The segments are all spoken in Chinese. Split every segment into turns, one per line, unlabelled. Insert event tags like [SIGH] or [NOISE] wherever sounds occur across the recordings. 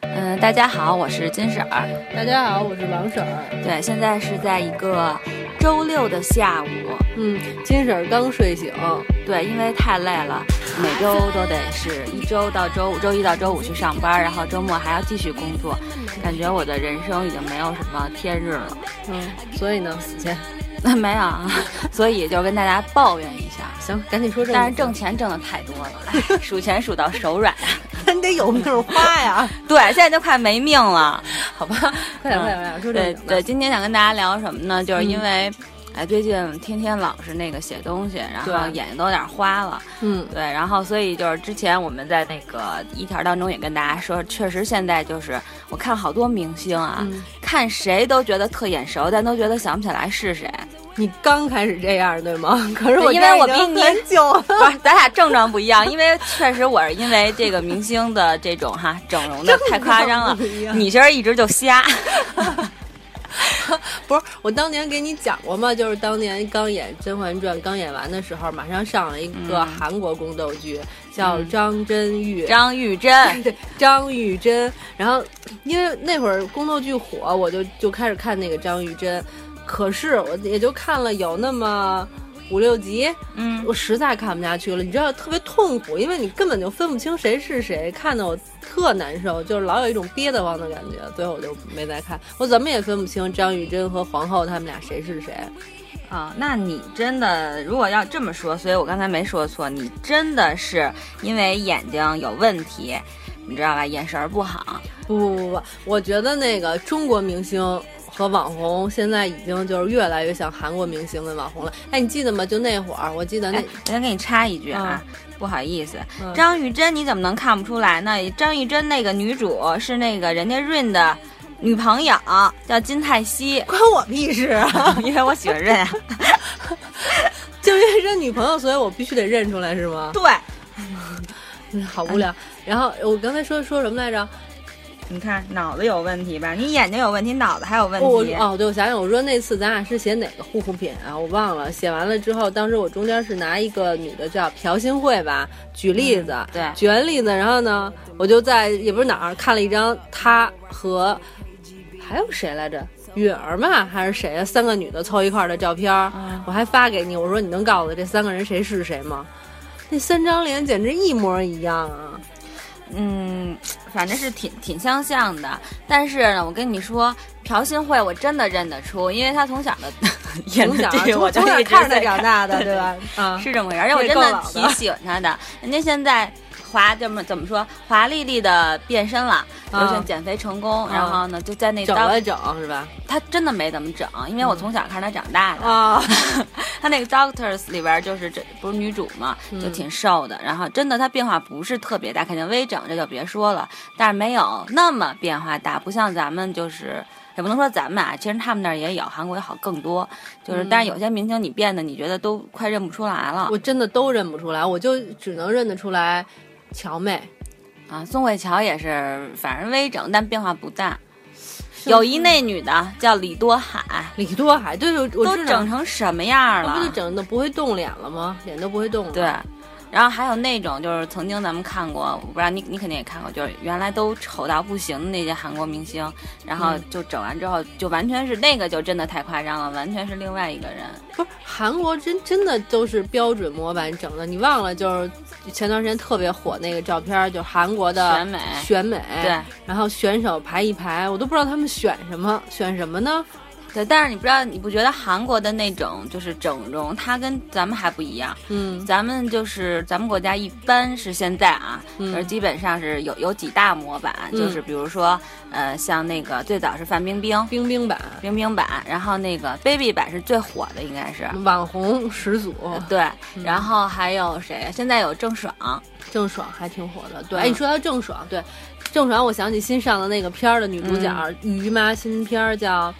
嗯，大家好，我是金婶儿。
大家好，我是王婶儿。
对，现在是在一个周六的下午。
嗯，金婶儿刚睡醒，
对，因为太累了，每周都得是一周到周五，周一到周五去上班，然后周末还要继续工作，感觉我的人生已经没有什么天日了。 [LAUGHS]
嗯，所以呢，死去。
没有啊， [LAUGHS] 所以就跟大家抱怨一下。
行，赶紧说正。
但是挣钱挣的太多了，哎数钱数到手软。
你得有命花呀！，
对，现在都快没命了。嗯
好吧， [LAUGHS] 快点快点快点说
对
正经
对，
的。
今天想跟大家聊什么呢？就是
嗯
因为，哎，最近天天老是那个写东西，然后
对
眼睛都有点花了。
[LAUGHS] 嗯，
对，然后所以就是之前我们在那个一条当中也跟大家说，确实现在就是我看好多明星啊，
嗯
看谁都觉得特眼熟，但都觉得想不起来是
[LAUGHS]
谁。
你刚开始这样对吗？可是我
对因为
这
我
已经
比你
很久 [LAUGHS] 了。
不是，咱俩症状不一样，因为确实我是因为这个明星的这种哈整容的太夸张 [LAUGHS] 了
[LAUGHS] 症状不一，样
你其实一直就瞎。
不是，我当年给你讲过嘛，就是当年刚演《甄嬛传》刚演完的时候，马上上了一个
嗯
韩国宫斗剧，叫
嗯
《张真玉》。
张玉珍，
对，张玉珍。然后因为那会儿宫斗剧火，我就就开始看那个张玉珍，可是我也就看了有那么。五六集，
嗯，
我实在看不下去了，你知道特别痛苦，因为你根本就分不清谁是谁，看得我特难受，就是老有一种憋得慌的感觉。最后我就没再看，我怎么也分不清张玉珍和皇后她们俩谁是谁。
啊、那你真的如果要这么说，所以我刚才没说错，你真的是因为眼睛有问题，你知道吧？眼神儿不好，
不不不不，我觉得那个中国明星和网红现在已经就是越来越像韩国明星跟网红了。哎，你记得吗？就那会儿，我记得那、
哎，我先给你插一句啊，不好意思，
嗯
张玉珍你怎么能看不出来呢？张玉珍那个女主是那个人家润的女朋友，叫金泰熙
关我屁事啊！
因为我喜欢润啊。
[LAUGHS] 就因为是女朋友，所以我必须得认出来，是吗？
[LAUGHS]
[LAUGHS]
对，
嗯，好无聊。然后我刚才说说什么来着？
你看脑子有问题吧？你眼睛有问题，脑子还有问
哦我
题。
哦，对，我想想，我说那次咱俩是写哪个护肤品啊？我忘了。写完了之后，当时我中间是拿一个女的叫朴信惠吧，举例子，
嗯对
举完例子，然后呢，我就在也不是哪儿看了一张她和还有谁来着？允儿嘛，还是谁啊？三个女的凑一块儿的照片儿，
啊
我还发给你。我说你能告诉我这三个人谁是谁吗？那三张脸简直一模一样啊！
嗯，反正是挺挺相像的。但是呢，我跟你说，朴信惠我真的认得出，因为她从小的 [LAUGHS] 演
从
的
小啊
这个，我
从
就
从小
一直
看着
在
她长大的，对吧？啊，
是这么回事儿。而且我真
这也够
的
老的
挺喜欢她的。人家现在华这么怎么说，华丽丽的变身了，就
啊
是减肥成功，
啊
然后呢就在那
整
当
了整是吧？
她真的没怎么整，因为我从小看她长大的。
啊，
[LAUGHS] 她那个 Doctors 里边儿就是这不是女主嘛，
嗯
就挺瘦的，然后真的她变化不是特别大，肯定微整这就别说了，但是没有那么变化大，不像咱们就是。也不能说咱们啊，其实他们那儿也有，韩国也好更多，就是，
嗯
但是有些明星你变的，你觉得都快认不出来了
我真的都认不出来，我就只能认得出来乔妹。
啊。宋慧乔也是，反正微整，但变化不大。有一那女的叫李多海，
李多海，对，我我
都
知道
整，成什么样
那
了？
不就整的不会动脸了吗？脸都不会动了。
对，，然后还有那种就是曾经咱们看过，我不知道你你肯定也看过，就是原来都丑到不行的那些韩国明星，然后就整完之后就完全是那个就真的太夸张了，完全是另外一个人。
不是韩国真真的都是标准模板整的，你忘了就是前段时间特别火那个照片儿，就是韩国的
选美
选美，
对
然后选手排一排，我都不知道他们选什么，选什么呢？
对，但是你不知道你不觉得韩国的那种就是整容，它跟咱们还不一样。
嗯
咱们就是咱们国家一般是现在啊，就是基本上是有有几大模板，
嗯
就是比如说呃像那个最早是范冰冰。
冰冰版
冰冰版，然后那个 baby 版是最火的，应该是。
网红
[LAUGHS]
始祖
对，然后还有谁？现在有啊郑爽，
郑爽还挺火的，对，
嗯
哎，你说到郑爽，对，郑爽，我想起新上的那个片儿的女主角、
嗯
于妈，新片儿叫《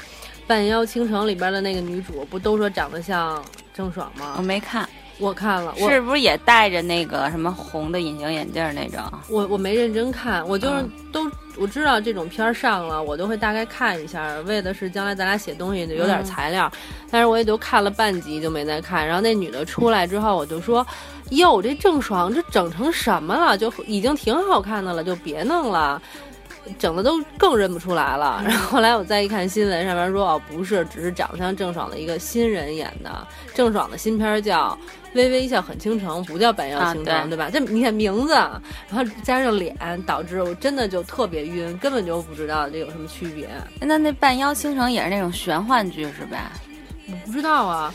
半妖倾城》里边的那个女主，不都说长得像郑爽
我
吗？
没看，
我看了，我
嗯是不是也戴着那个什么红的隐形眼镜儿那种？
我我没认真看，我
嗯
就是都、我知道这种片儿上了，我都会大概看一下，为的是将来咱俩写东西有
嗯
点材料。但是我也就看了半集就没再看。然后那女的出来之后，我就说：“哟，这郑爽这整成什么了？就已经挺好看的了，就别弄了。”整的都更认不出来了。然后后来我再一看新闻，上面说哦不是，只是长相郑爽的一个新人演的，郑爽的新片儿叫《微微一笑很倾城》，不叫《百药倾城》
啊对
对吧？这你看名字，然后加上脸，导致我真的就特别晕，根本就不知道这有什么区别。
那那半妖倾城也是那种玄幻剧是吧？
我不知道啊，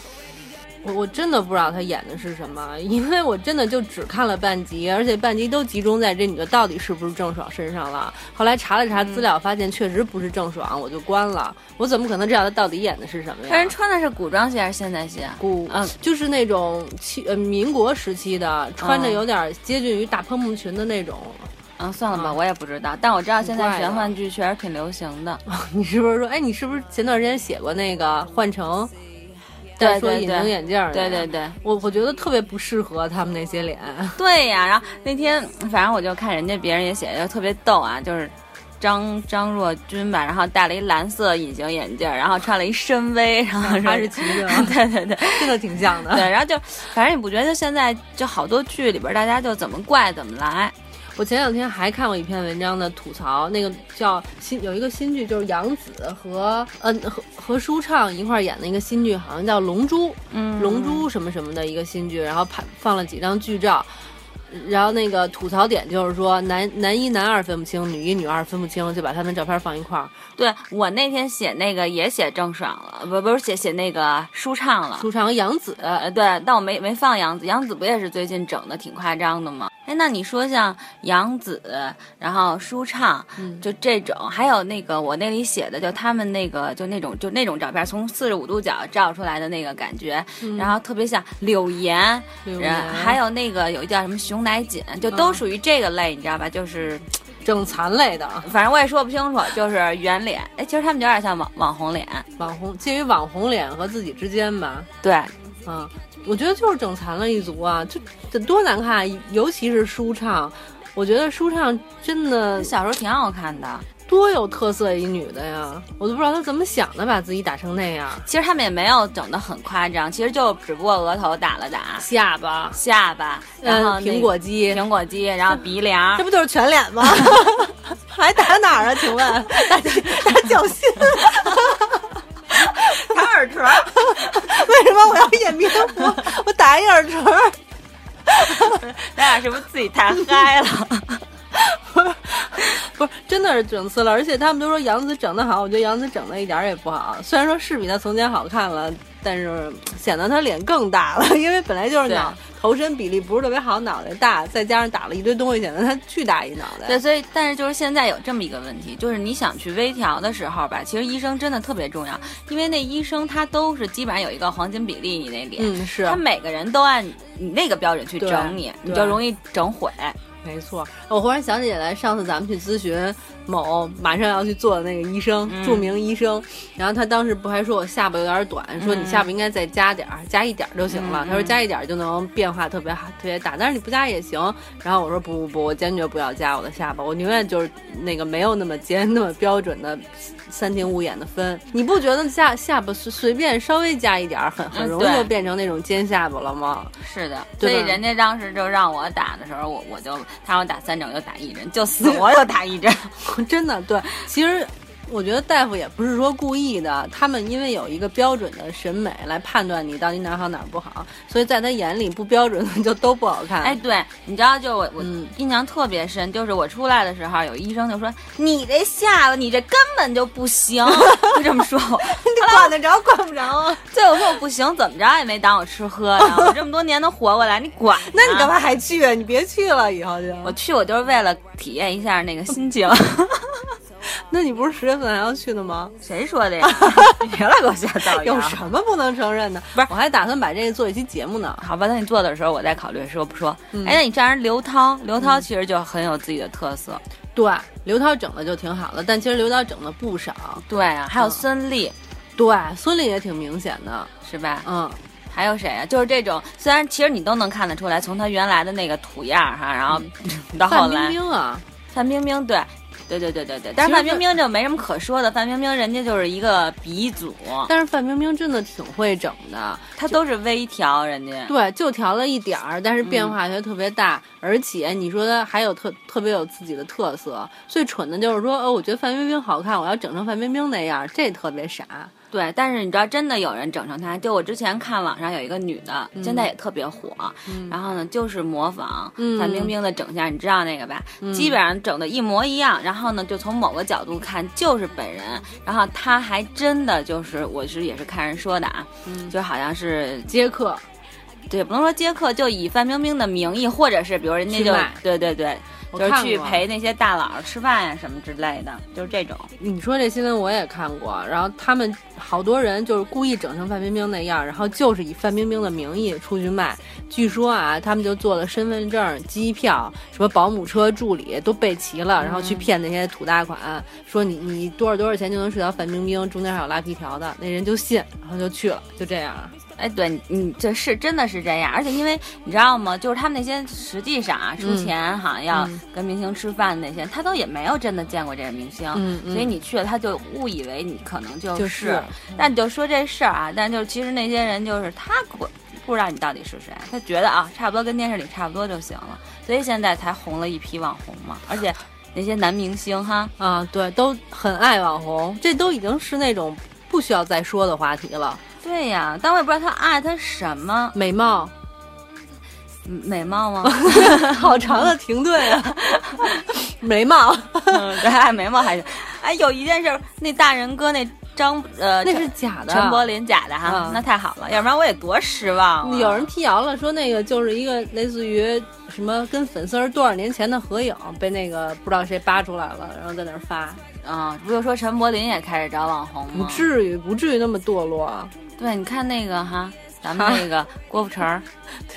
我我真的不知道他演的是什么， [LAUGHS] 因为我真的就只看了半集，而且半集都集中在这女的到底是不是郑爽身上了。后来查了查
嗯
资料，发现确实不是郑爽，我就关了。我怎么可能知道她到底演的是什么
但
呀
人？穿的是古装戏还是现代戏啊？
古
嗯
就是那种七呃民国时期的，穿着
嗯
有点接近于大蓬蓬裙的那种。 [LAUGHS]
啊，算了吧，
嗯
我也不知道。但我知道现在
怪
玄
的
幻剧确实挺流行的。
你是不是说，哎，你是不是前段时间写过那个《幻城》？
对
在说
对
隐
对
形眼镜儿
对
那个
对对
我我觉得特别不适合他们那些脸。
对呀，然后那天反正我就看人家别人也写的特别逗啊，就是张张若昀吧，然后戴了一蓝色隐形眼镜，然后穿了一深 V，然
[LAUGHS]
后说
哈士奇对吧？
[LAUGHS] 对对对
这个挺像的。
对，然后就反正你不觉得现在就好多剧里边大家就怎么怪怎么来，
我前两天还看过一篇文章的吐槽，那个叫新有一个新剧，就是杨紫和嗯、和和舒畅一块儿演的一个新剧，好像叫《龙珠》，
嗯
《龙珠》什么什么的一个新剧，然后拍放了几张剧照。然后那个吐槽点就是说男男一男二分不清，女一女二分不清，就把他们照片放一块儿。
对我那天写那个也写郑爽了，不不是写写那个舒畅了。
舒畅和杨紫，
呃，对，但我没没放杨紫，杨紫不也是最近整的挺夸张的吗？哎，那你说像杨紫，然后舒畅，
嗯
就这种，还有那个我那里写的，就他们那个就那种就那种照片，从四十五度角照出来的那个感觉，然后特别像柳岩，
嗯柳岩
然还有那个有一叫什么熊乃瑾，就都
嗯
属于这个类，你知道吧？就是
整残类的
反正我也说不清楚，就是圆脸，哎，其实他们有点像网网红脸，
网红，介于网红脸和自己之间吧。
对，
啊，我觉得就是整残了一族啊，就得多难看，啊尤其是舒畅，我觉得舒畅真的
小时候挺好看的。
多有特色一女的呀，我都不知道她怎么想的，把自己打成那样，
其实他们也没有整得很夸张，其实就只不过额头打了打，
下巴，
下巴，然后
嗯，
那个
苹果肌，
苹果肌，然后鼻
[LAUGHS]
梁
这，不就是全脸吗？ [LAUGHS] 还打哪儿啊？请问 [LAUGHS] 打打脚心？ [LAUGHS]
打耳垂，
为什么我要演民服？ [LAUGHS] 我打一耳垂儿？
[LAUGHS] 咱俩是不是自己太嗨了？ [LAUGHS]
不是，真的是整次了，而且他们都说杨紫整得好，我觉得杨紫整的一点儿也不好，虽然说是比她从前好看了，但是显得她脸更大了，因为本来就是脑头身比例不是特别好，脑袋大，再加上打了一堆东西，显得她巨大一脑袋。
对，所以但是就是现在有这么一个问题，就是你想去微调的时候吧，其实医生真的特别重要，因为那医生他都是基本上有一个黄金比例，你那脸，
嗯，是
他每个人都按你那个标准去
对
整你，你
对
就容易整毁。
没错。我忽然想起来，上次咱们去咨询某马上要去做的那个医生，
嗯
著名医生，然后他当时不还说我下巴有点短，说你下巴应该再加点儿，加一点儿就行了。
嗯
他说加一点儿就能变化特别好，特别大，但是你不加也行。然后我说不不不，我坚决不要加我的下巴，我宁愿就是那个没有那么尖、那么标准的。三庭五眼的分，你不觉得下下巴随随便稍微加一点儿，很
嗯
很容易
对
就变成那种尖下巴了吗？
是的，所
对
以
吧
人家当时就让我打的时候，我我就他让我打三针，我就打一针，就死活又打一
[LAUGHS]
针。
[LAUGHS] 真的对，其实我觉得大夫也不是说故意的，他们因为有一个标准的审美来判断你到底哪儿好哪儿不好，所以在他眼里不标准的就都不好看。 [LAUGHS]
哎，，对，你知道，就我我
嗯
印象特别深，就是我出来的时候，有医生就
嗯
说你这下巴，你这根本就不行，
[LAUGHS]
就这么说我。
管
哎
得着管不着啊？
最后说我不行，怎么着也没当我吃喝
[LAUGHS]
呀，我这么多年能活过来，你管？
那你干？嘛还去啊？你别去了，以后就。
我去，我就是为了体验一下那个心
[LAUGHS]
情。
那你不是十月份还要去的吗？
谁
[LAUGHS]
说的呀？你别老给我瞎造
有
谣。
什么不能承认的？
哎不是
我还打算把这个做一期节目呢。
好吧，那你做的时候我再考虑说不说。哎，那你像人刘涛，刘涛其实就很有自己的特色。
对，刘涛整的就挺好的，但其实刘涛整的不少。
对啊，还有
嗯
孙俪，
对，孙俪也挺明显的。
是吧？
嗯，
还有谁啊？就是这种，虽然其实你都能看得出来，从她原来的那个土样儿哈，然后 [LAUGHS] 到后
范冰
来
冰啊，
范冰冰对，对对对对对，但是范冰冰就没什么可说的，范冰冰人家就是一个鼻祖，
但是范冰冰真的挺会整的，
她都是微调，人家
对，就调了一点儿，但是变化却特别大，而且你说她还有特特别有自己的特色。最蠢的就是说，哦，我觉得范冰冰好看，我要整成范冰冰那样，这特别傻。
对，但是你知道，真的有人整成她。就我之前看网上有一个女的，现
嗯
在也特别火，然后呢，就是模仿范冰冰的整相，你知道那个吧？
嗯
基本上整的一模一样。然后呢，就从某个角度看就是本人。然后她还真的就是，我是也是看人说的啊，
嗯
就好像是
接客
对，不能说接客，就以范冰冰的名义，或者是比如人家
去
就
卖
对对对，
我
就是
看
去
过
陪那些大佬吃饭啊呀、什么之类的，就是这种。
你说这新闻我也看过，然后他们好多人就是故意整成范冰冰那样，然后就是以范冰冰的名义出去卖。据说啊，他们就做了身份证、机票、什么保姆车、助理都备齐了，然后去骗那些土大款，说你你多少多少钱就能睡到范冰冰，中间还有拉皮条的，那人就信，然后就去了，就这样。啊
哎，对，你你这是真的是这样，而且因为你知道吗？就是他们那些实际上啊，
嗯
出钱哈、要跟明星吃饭的那些，他都也没有真的见过这个明星，
嗯嗯
所以你去了，他就误以为你可能就是。
就是
但你就说这事儿啊，但就是其实那些人就是他不不知道你到底是谁，他觉得啊，差不多跟电视里差不多就行了，所以现在才红了一批网红嘛，而且那些男明星哈，
啊，对，都很爱网红，这都已经是那种不需要再说的话题了。
对呀，但我也不知道他爱他什么，
美貌，
嗯美貌吗？
好长的停顿 [LAUGHS] 啊，眉毛。
嗯， [LAUGHS] 对，爱眉毛还行。哎，有一件事儿，那大人哥那张呃，
[LAUGHS] 那
陈
是假的。
陈柏霖假的哈，
嗯
那太好了，要不然我也多失望啊了。
有人辟谣了，说那个就是一个类似于什么跟粉丝儿多少年前的合影，被那个不知道谁扒出来了，然后在那儿发，
嗯，不就说陈柏霖也开始找网红
不
吗？
至于，不至于那么堕落啊。
对，你看那个哈，咱们那 [LAUGHS] 个郭富城儿，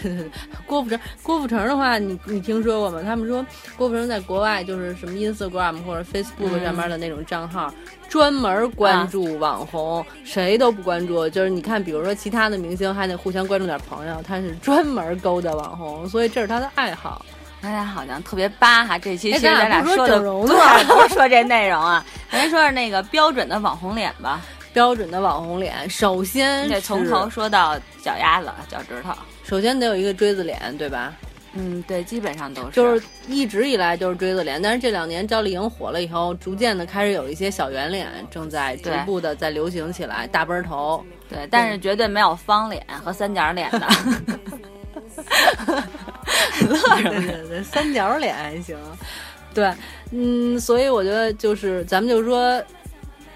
对对对，郭富城，郭富城的话，你你听说过吗？他们说郭富城在国外就是什么 Instagram 或者 Facebook 上面的那
嗯
种账号，专门
啊
关注网红，谁都不关注。就是你看，比如说其他的明星还得互相关注点朋友，他是专门勾搭网红，所以这是他的爱好。
咱俩好像特别扒哈。这期
哎
其实咱
咱俩
俩
不是
说
说
的
整容呢
对，不是说这内容啊，咱先说说那个标准的网红脸吧。
标准的网红脸，首先
你得
是
从头，说到脚丫子、脚趾头。
首先得有一个锥子脸，对吧？
嗯，对，基本上都是。
就是一直以来就是锥子脸，但是这两年赵丽颖火了以后，逐渐的开始有一些小圆脸正在逐
对
步的在流行起来，大奔儿头。
对，但是绝对没有方脸和三角脸的。 [LAUGHS] [LAUGHS] 乐什么
对
呀？
对对，三角脸还行。对，嗯，所以我觉得就是咱们就说，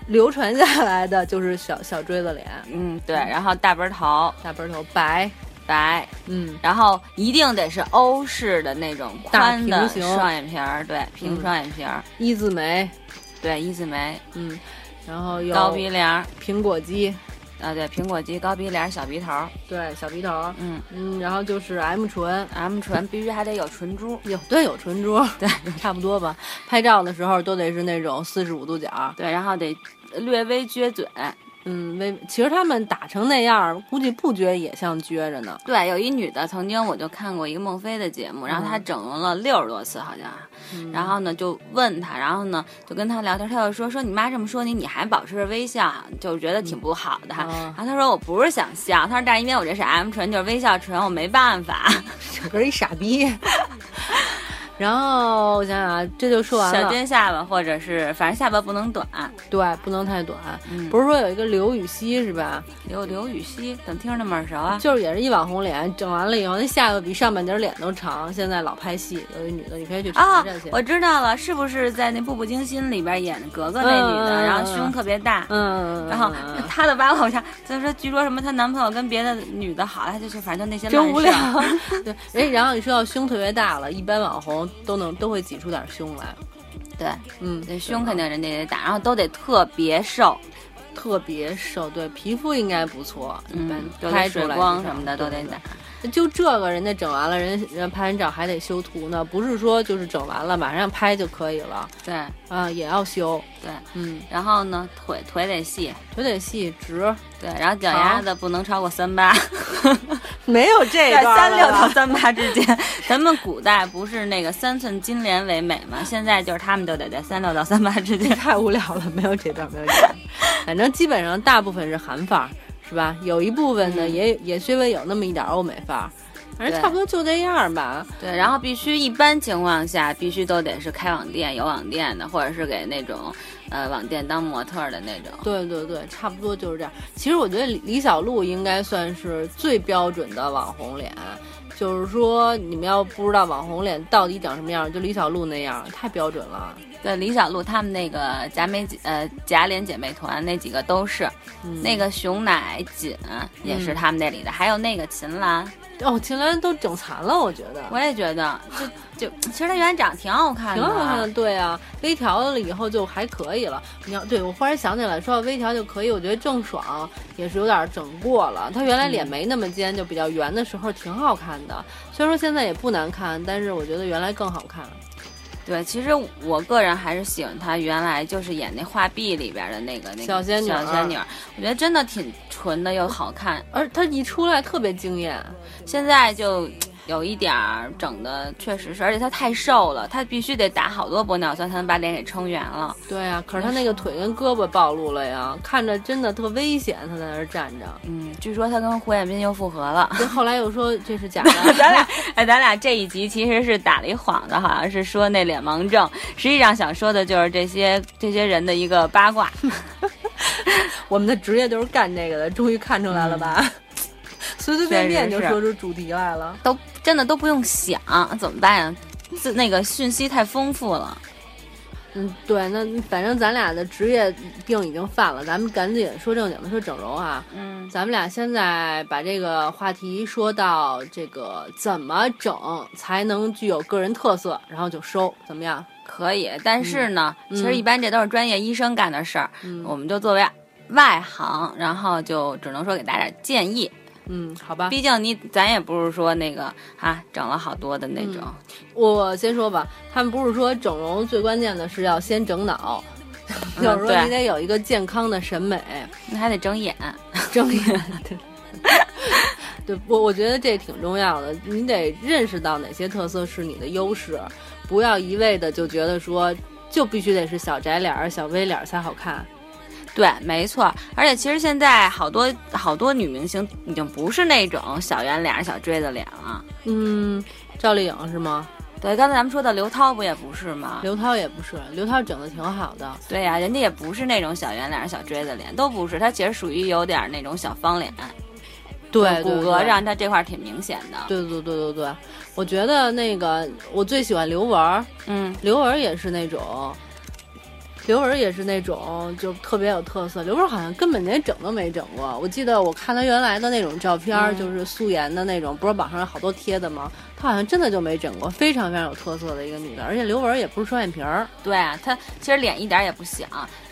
流传下来的就是小小锥子脸，
嗯，对，然后大背头
大奔儿头白，
白，
嗯，
然后一定得是欧式的那种宽
大
的
平嗯型
双眼皮儿，对，平双眼皮儿，
一字眉，
对，一字眉、
嗯，然后有
高鼻梁儿，
苹果肌，
啊，对，苹果肌、高鼻梁、小鼻头儿，
对，小鼻头儿，
嗯
嗯，然后就是 M 唇，
，M 唇必须还得有唇珠，
有对有唇
[LAUGHS]
珠，对， [LAUGHS] 差不多吧。拍照的时候都得是那种四十五度角，
对，然后得略微撅嘴，
嗯，微其实他们打成那样儿，估计不撅也像撅着呢。
对，有一女的，曾经我就看过一个孟非的节目，然后她
嗯
整容了六十多次，好像。啊然后呢，就问她，然后呢，就跟她聊天，她就说说你妈这么说你，你还保持着微笑，啊就觉得挺不好的哈。
嗯
然后她说我不是想笑，她说但是因为我这是 M 唇，就是微笑唇，我没办法。
嗯整个一傻逼。 [LAUGHS] 然后我想想啊，这就说完
小
了。
尖下巴或者是反正下巴不能短。
对，不能太短。
嗯
不是说有一个刘禹锡是吧？
刘刘禹锡怎么听着那么耳熟啊？
就是也是一网红脸，整完了以后那下巴比上半截儿脸都长。现在老拍戏，有一女的，你可以去查
啊
查去。，
我知道了，是不是在那《步步惊心》里边演的格格那女的，
嗯嗯嗯
然后胸特别大？
嗯，
然后她的八卦下，就是说据说什么她男朋友跟别的女的好，她就是反正就那些
真
烂
无
事
聊
儿。。
对，哎，然后你说到胸特别大了，一般网红都能都会挤出点胸来。
[LAUGHS] 对，
嗯，
那胸肯定人家也得打，然后都得特别瘦，
特别瘦，对，皮肤应该不错，一般
嗯，都
拍
得
出
水
来
光
至少
什么的都得
对对
打
对。就这个人家整完了，人人拍完照还得修图呢，不是说就是整完了马上拍就可以了
对
啊，也要修，
对，
嗯，
然后呢，腿腿得细，
腿得细直，
对，然后脚丫子不能超过三
[LAUGHS]
八，
没有这
在
段
三六
了
到
吧
三八之间。咱们古代不是那个三寸金莲为美吗？现在就是他们就得在三六到三八之间。
太无聊了， [LAUGHS] 没有这段，没有这段，反正基本上大部分是韩范儿，是吧？有一部分呢，
嗯
也也稍微有那么一点儿欧美范儿，反正
对
差不多就这样儿吧。
对，然后必须一般情况下必须都得是开网店有网店的，或者是给那种呃网店当模特儿的那种。
对对对，差不多就是这样。其实我觉得李李小璐应该算是最标准的网红脸，就是说你们要不知道网红脸到底长什么样，就李小璐那样，太标准了。
对，李小璐他们那个假美姐呃假脸姐妹团那几个都是，
嗯
那个熊乃瑾也是他们那里的，还有那个秦岚，
哦，秦岚都整残了，我觉得。
我也觉得就就其实她原来长得挺好看的，
挺好看的，对啊，微调了以后就还可以了。你要对我忽然想起来，说到微调就可以，我觉得郑爽也是有点整过了。她原来
嗯
脸没那么尖，就比较圆的时候挺好看的，虽然说现在也不难看，但是我觉得原来更好看。
对，其实我个人还是喜欢她原来就是演那画壁里边的那个那个
小仙女儿
小仙女儿，我觉得真的挺纯的又好看。
而她一出来特别惊艳，
现在就有一点儿整的确实是，而且她太瘦了，她必须得打好多玻尿酸才能把脸给撑圆了。
对啊，可是她那个腿跟胳膊暴露了呀，看着真的特危险。她在那儿站着，
嗯，据说她跟胡彦斌又复合 [LAUGHS] 了。，
这后来又说这是假的 [LAUGHS]
咱俩哎，咱俩这一集其实是打了一幌子，好像是说那脸盲症，实际上想说的就是这些这些人的一个八卦。
我们的职业就是干这个的，终于看出来了吧？随随便便就
确实是
说出主题来了。
都真的都不用想，怎么办呀？自那个讯息太丰富了，
嗯，对，那反正咱俩的职业病已经犯了，咱们赶紧说正经的，说整容啊。
嗯，
咱们俩现在把这个话题说到这个怎么整才能具有个人特色，然后就收，怎么样？
可以。但是呢，
嗯
其实一般这都是专业医生干的事儿，我们就作为外行，然后就只能说给大家点建议。
嗯，好吧。
毕竟你咱也不是说那个啊，整了好多的那种，
嗯我先说吧，他们不是说整容最关键的是要先整脑，
嗯
就是说
对
你得有一个健康的审美，
那还得整眼。
睁眼。对， [LAUGHS] 对我我觉得这挺重要的，你得认识到哪些特色是你的优势，不要一味的就觉得说就必须得是小窄脸儿、小 V 脸儿才好看。
对，没错。而且其实现在好多好多女明星已经不是那种小圆脸儿、小锥子脸了。
嗯，赵丽颖是吗？
对，刚才咱们说的刘涛不也不是吗？
刘涛也不是，刘涛整的挺好的。
对呀、人家也不是那种小圆脸儿、小锥子脸，都不是，她其实属于有点儿那种小方脸，
对，
骨
对
骼
对
上她这块儿挺明显的。
对对对对对，我觉得那个我最喜欢刘雯儿，
嗯，
刘雯儿也是那种，刘雯儿也是那种就特别有特色。刘雯儿好像根本连整都没整过。我记得我看她原来的那种照片儿，
嗯
就是素颜的那种，不是网上有好多贴的吗？她好像真的就没整过，非常非常有特色的一个女的。而且刘雯儿也不是双眼皮儿，
对啊，她其实脸一点儿也不小。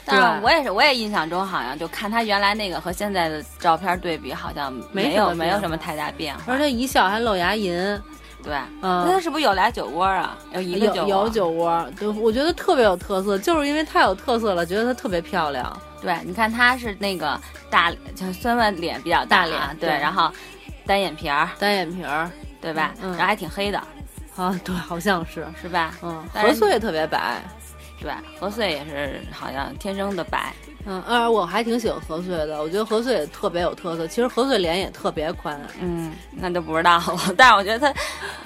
但
对
我也是，我也印象中好像就看她原来那个和现在的照片对比，好像
没
没
什
有
么
没
变
有
化
什么太大变化。
而且一笑还露牙龈，
对，那她
嗯。
是不是有俩酒窝儿啊？有一个
有
酒窝
有
儿
酒窝，对，我觉得特别有特色，就是因为太有特色了，觉得她特别漂亮。
对，你看她是那个大，就虽然脸比较
大
大啊
脸
对，
对
然后单眼皮儿，
单眼皮儿，
对吧？
嗯
然后还挺黑的，
啊，对，好像是，
是吧？
嗯，
但是
何穗也特别白，
对，何穗也是好像天生的白，
嗯，二我还挺喜欢何穗的，我觉得何穗也特别有特色。其实何穗脸也特别宽，啊
嗯，那就不知道了。 [LAUGHS] 但是我觉得她，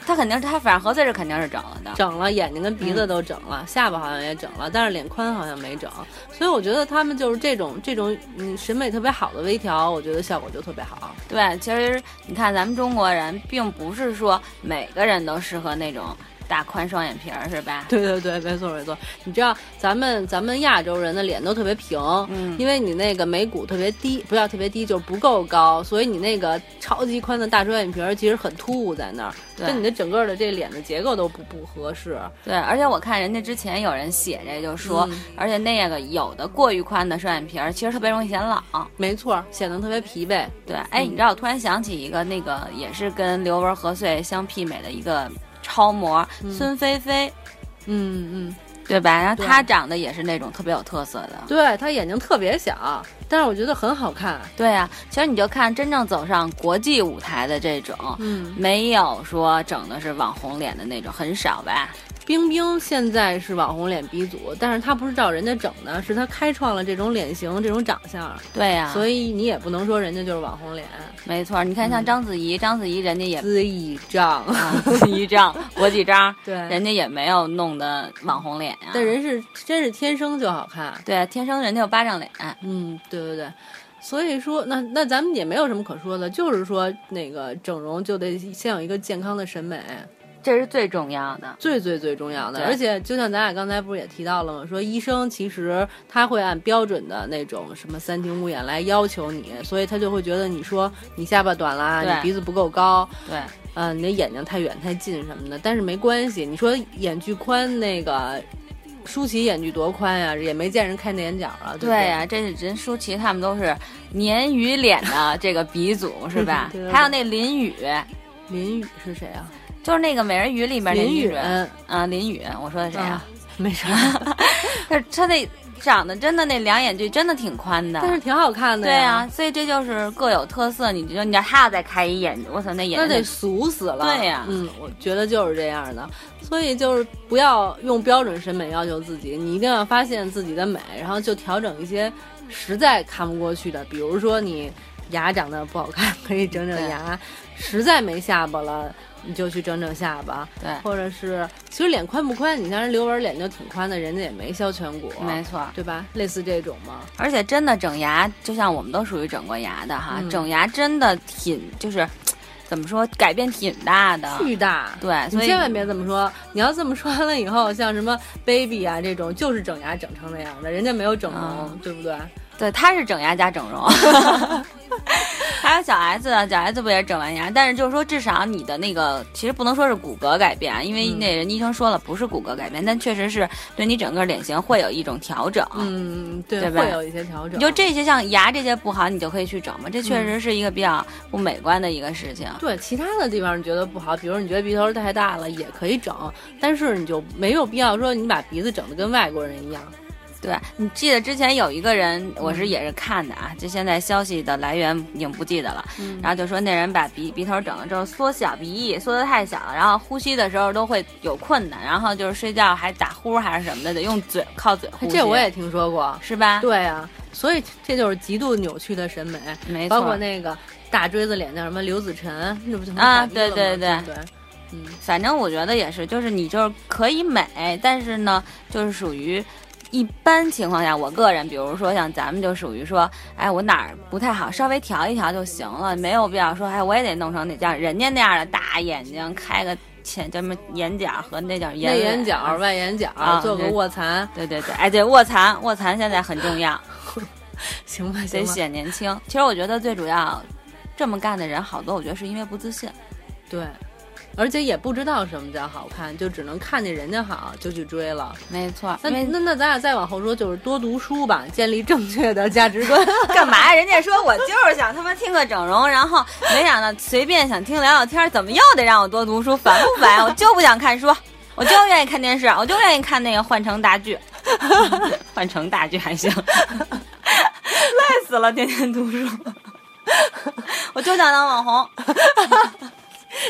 她肯定是她，反正何穗是肯定是整了的。
整了眼睛跟鼻
嗯
子都整了，下巴好像也整了，但是脸宽好像没整。所以我觉得他们就是这种这种嗯审美特别好的微调，我觉得效果就特别好。 [LAUGHS]
对，其实你看咱们中国人，并不是说每个人都适合那种大宽双眼皮儿是吧？
对对对，没错没错。你知道咱们咱们亚洲人的脸都特别平，
嗯
因为你那个眉骨特别低，不要特别低，就是不够高，所以你那个超级宽的大双眼皮儿其实很突兀在那儿，
对
跟你的整个的这脸的结构都不不合适。
对，而且我看人家之前有人写这就说，
嗯
而且那个有的过于宽的双眼皮儿其实特别容易显老。
没错，显得特别疲惫。
对，哎，你知道我突然想起一个那个也是跟刘雯、何穗相媲美的一个超模、孙菲菲，
嗯嗯，
对吧？然后
对
她长得也是那种特别有特色的。
对他眼睛特别小，但是我觉得很好看。
对啊，其实你就看真正走上国际舞台的这种，
嗯，
没有说整的是网红脸的那种，很少吧？
冰冰现在是网红脸鼻祖，但是她不是照人家整的，是她开创了这种脸型、这种长相，
对呀、
所以你也不能说人家就是网红脸。
没错。你看像章子
嗯
怡，章子怡人家也
姿一张，
啊，一
[LAUGHS]
张国际章，
对
人家也没有弄的网红脸啊。
但人是真是天生就好看。
对，啊天生人家有巴掌脸，
嗯，对对对。所以说，那那咱们也没有什么可说的，就是说那个整容就得先有一个健康的审美，
这是最重要的。
最最最重要的。
对
而且就像咱俩刚才不是也提到了吗？说医生其实他会按标准的那种什么三庭五眼来要求你，所以他就会觉得你说你下巴短啦，
对
你鼻子不够高，
对，
嗯，你的眼睛太远太近什么的，但是没关系。你说眼距宽，那个舒淇眼距多宽呀、也没见人开内眼角啊，对不
对呀、这人舒淇他们都是鲶鱼脸的这个鼻祖是吧？
[LAUGHS] 对对对
还有那林雨，
林雨是谁啊？
就是那个美人鱼里面那
林
女
雨，
人
嗯，
啊，林雨，我说的谁啊？
没事儿， [LAUGHS]
她她那长得真的那两眼距真的挺宽的。
但是挺好看的
对
呀。
啊，所以这就是各有特色。你就你要他要再开一眼，我操，那眼
那
睛
得俗死了，
对呀
嗯，我觉得就是这样的，所以就是不要用标准审美要求自己，你一定要发现自己的美，然后就调整一些实在看不过去的，比如说你牙长得不好看， [LAUGHS] 可以整整
对
牙，实在没下巴了，你就去整整下巴，
对，
或者是其实脸宽不宽，你像人刘雯脸就挺宽的，人家也没削颧骨，
没错。
对吧？类似这种嘛，
而且真的整牙，就像我们都属于整过牙的哈，
嗯
整牙真的挺就是，怎么说改变挺大的。
巨大。
对，
你
所以
千万别这么说，你要这么说完了以后，像什么 baby 啊这种，就是整牙整成那样的，人家没有整容，
嗯
对不对？
对，他是整牙加整
[LAUGHS]
容。还有小 S，啊，小 S 不也整完牙？但是就是说，至少你的那个其实不能说是骨骼改变啊，因为
嗯
那人医生说了不是骨骼改变，但确实是对你整个脸型会有一种调整。
嗯，对，
哦对吧
会有一些调整。
你就这些像牙这些不好，你就可以去整嘛，这
嗯
确实是一个比较不美观的一个事情。
对其他的地方你觉得不好，比如你觉得鼻头太大了，也可以整，但是你就没有必要说你把鼻子整得跟外国人一样。
对你记得之前有一个人，我
嗯
是也是看的啊，就现在消息的来源已经不记得了。
嗯
然后就说那人把鼻鼻头整了之后，缩小鼻翼，缩得太小了，然后呼吸的时候都会有困难，然后就是睡觉还打呼还是什么的，得用嘴靠嘴呼吸。
这我也听说过。
是吧？，
对啊，所以这就是极度扭曲的审美，
没错。
包括那个大锥子脸叫什么刘子晨，那不就
啊
打的
对对
吗
对
对，嗯。
反正我觉得也是，就是你就是可以美，但是呢，就是属于一般情况下，我个人，比如说像咱们就属于说，哎，我哪儿不太好，稍微调一调就行了，没有必要说，哎，我也得弄成那叫人家那样的大眼睛，开个前叫什么眼角和那叫眼
内
尾
眼角、。外眼角，
啊
做个
对
卧蚕，
[LAUGHS] 对对对，哎，对卧蚕，卧蚕现在很重要，
行吧，
得
行吧。
显年轻。其实我觉得最主要，这么干的人好多，我觉得是因为不自信。
对，而且也不知道什么叫好看，就只能看见人家好就去追了。
没错，
那
因为
那那咱俩再往后说，就是多读书吧，建立正确的价值观。 [LAUGHS]
干嘛？人家说我就是想他妈听个整容，然后没想到随便想听聊聊天，怎么又得让我多读书？烦不烦？我就不想 [LAUGHS] 看书，我就愿意看电视，我就愿意看那个换成大剧，换成大剧还行， [LAUGHS] 累死了，天天读书。我就想当网红，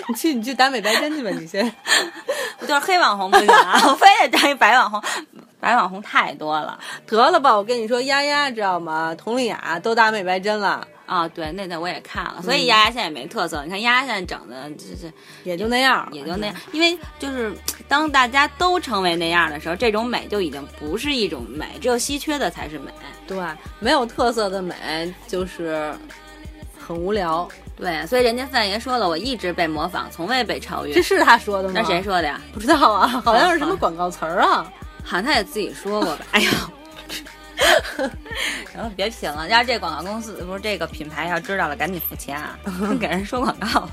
你去你去打美白针去吧，你先。
我就是黑网红不行啊，我非得当一白网红，白网红太多了
得了吧，我跟你说，丫丫知道吗？佟丽娅都打美白针了，
啊、对，那那我也看了，所以丫丫现在也没特色。你看丫丫现在整的，这这
也就那样，
也就那样。，因为就是当大家都成为那样的时候，这种美就已经不是一种美，只有稀缺的才是美。
对，没有特色的美就是很无聊。
对，所以人家范爷说了，我一直被模仿，从未被超越
这。是他说的吗？
那谁？说的呀？
不知道啊，好像是什么广告词儿啊。
好像他也自己说过吧？哎 [LAUGHS] 呀，然后别贫了，要是这广告公司不是这个品牌要知道了，赶紧付钱啊， [LAUGHS] 给人说广告了，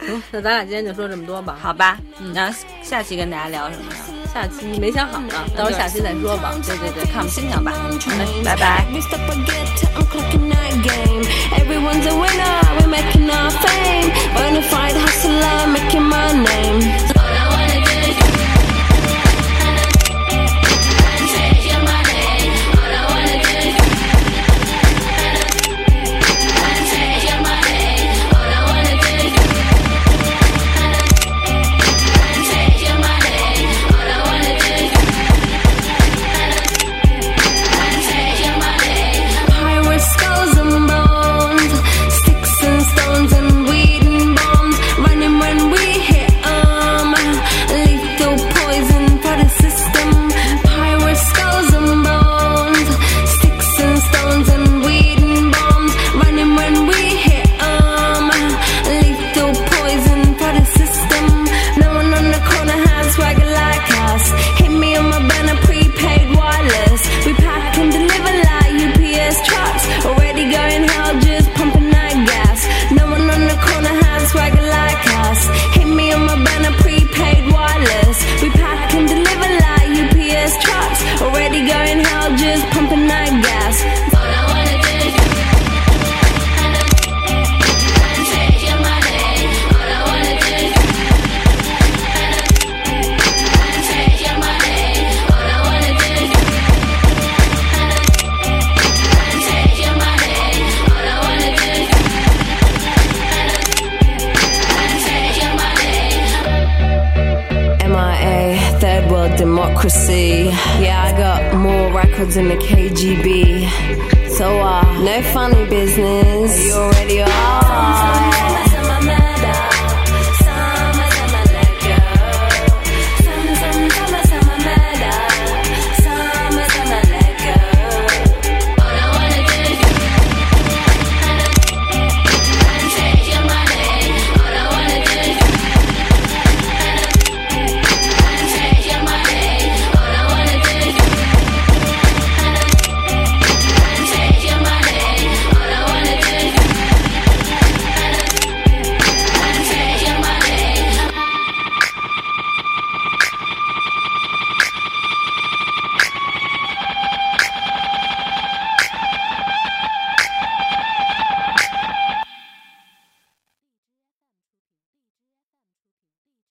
行，那咱俩今天就说这么多吧。
好吧？然后下期跟大家聊什么呀？
下期没想好呢，到时候下期再说吧。
对对对，看我们心情吧。
dreams.
拜拜。
Mixed up spaghetti, I'm clocking night game. Everyone's a winner, we're making our fame. Bona fide hustler, making my name. Pirates, skulls and bones, sticks and stones and weed and bombs. Running when we hit 'em. lethal poison for the system. Pirates, skulls and bones, sticks and stones and weed and bombs. Running when we hit 'em. lethal poison for the system. No one on the corner has swagger like us. Hit me on my banner, prepaid wireless. We pack and deliver like UPS trucks. Already going hell, just pumping that gas. No one on the corner has swagger like us. Hit me on my banner, prepaid wireless. We pack and deliver like UPS trucks. Already going hell, just pumping that gas. All I wanna do is MIA, third world democracy. Yeah, I got more records than the KGB. So, uh, no funny business. You already are.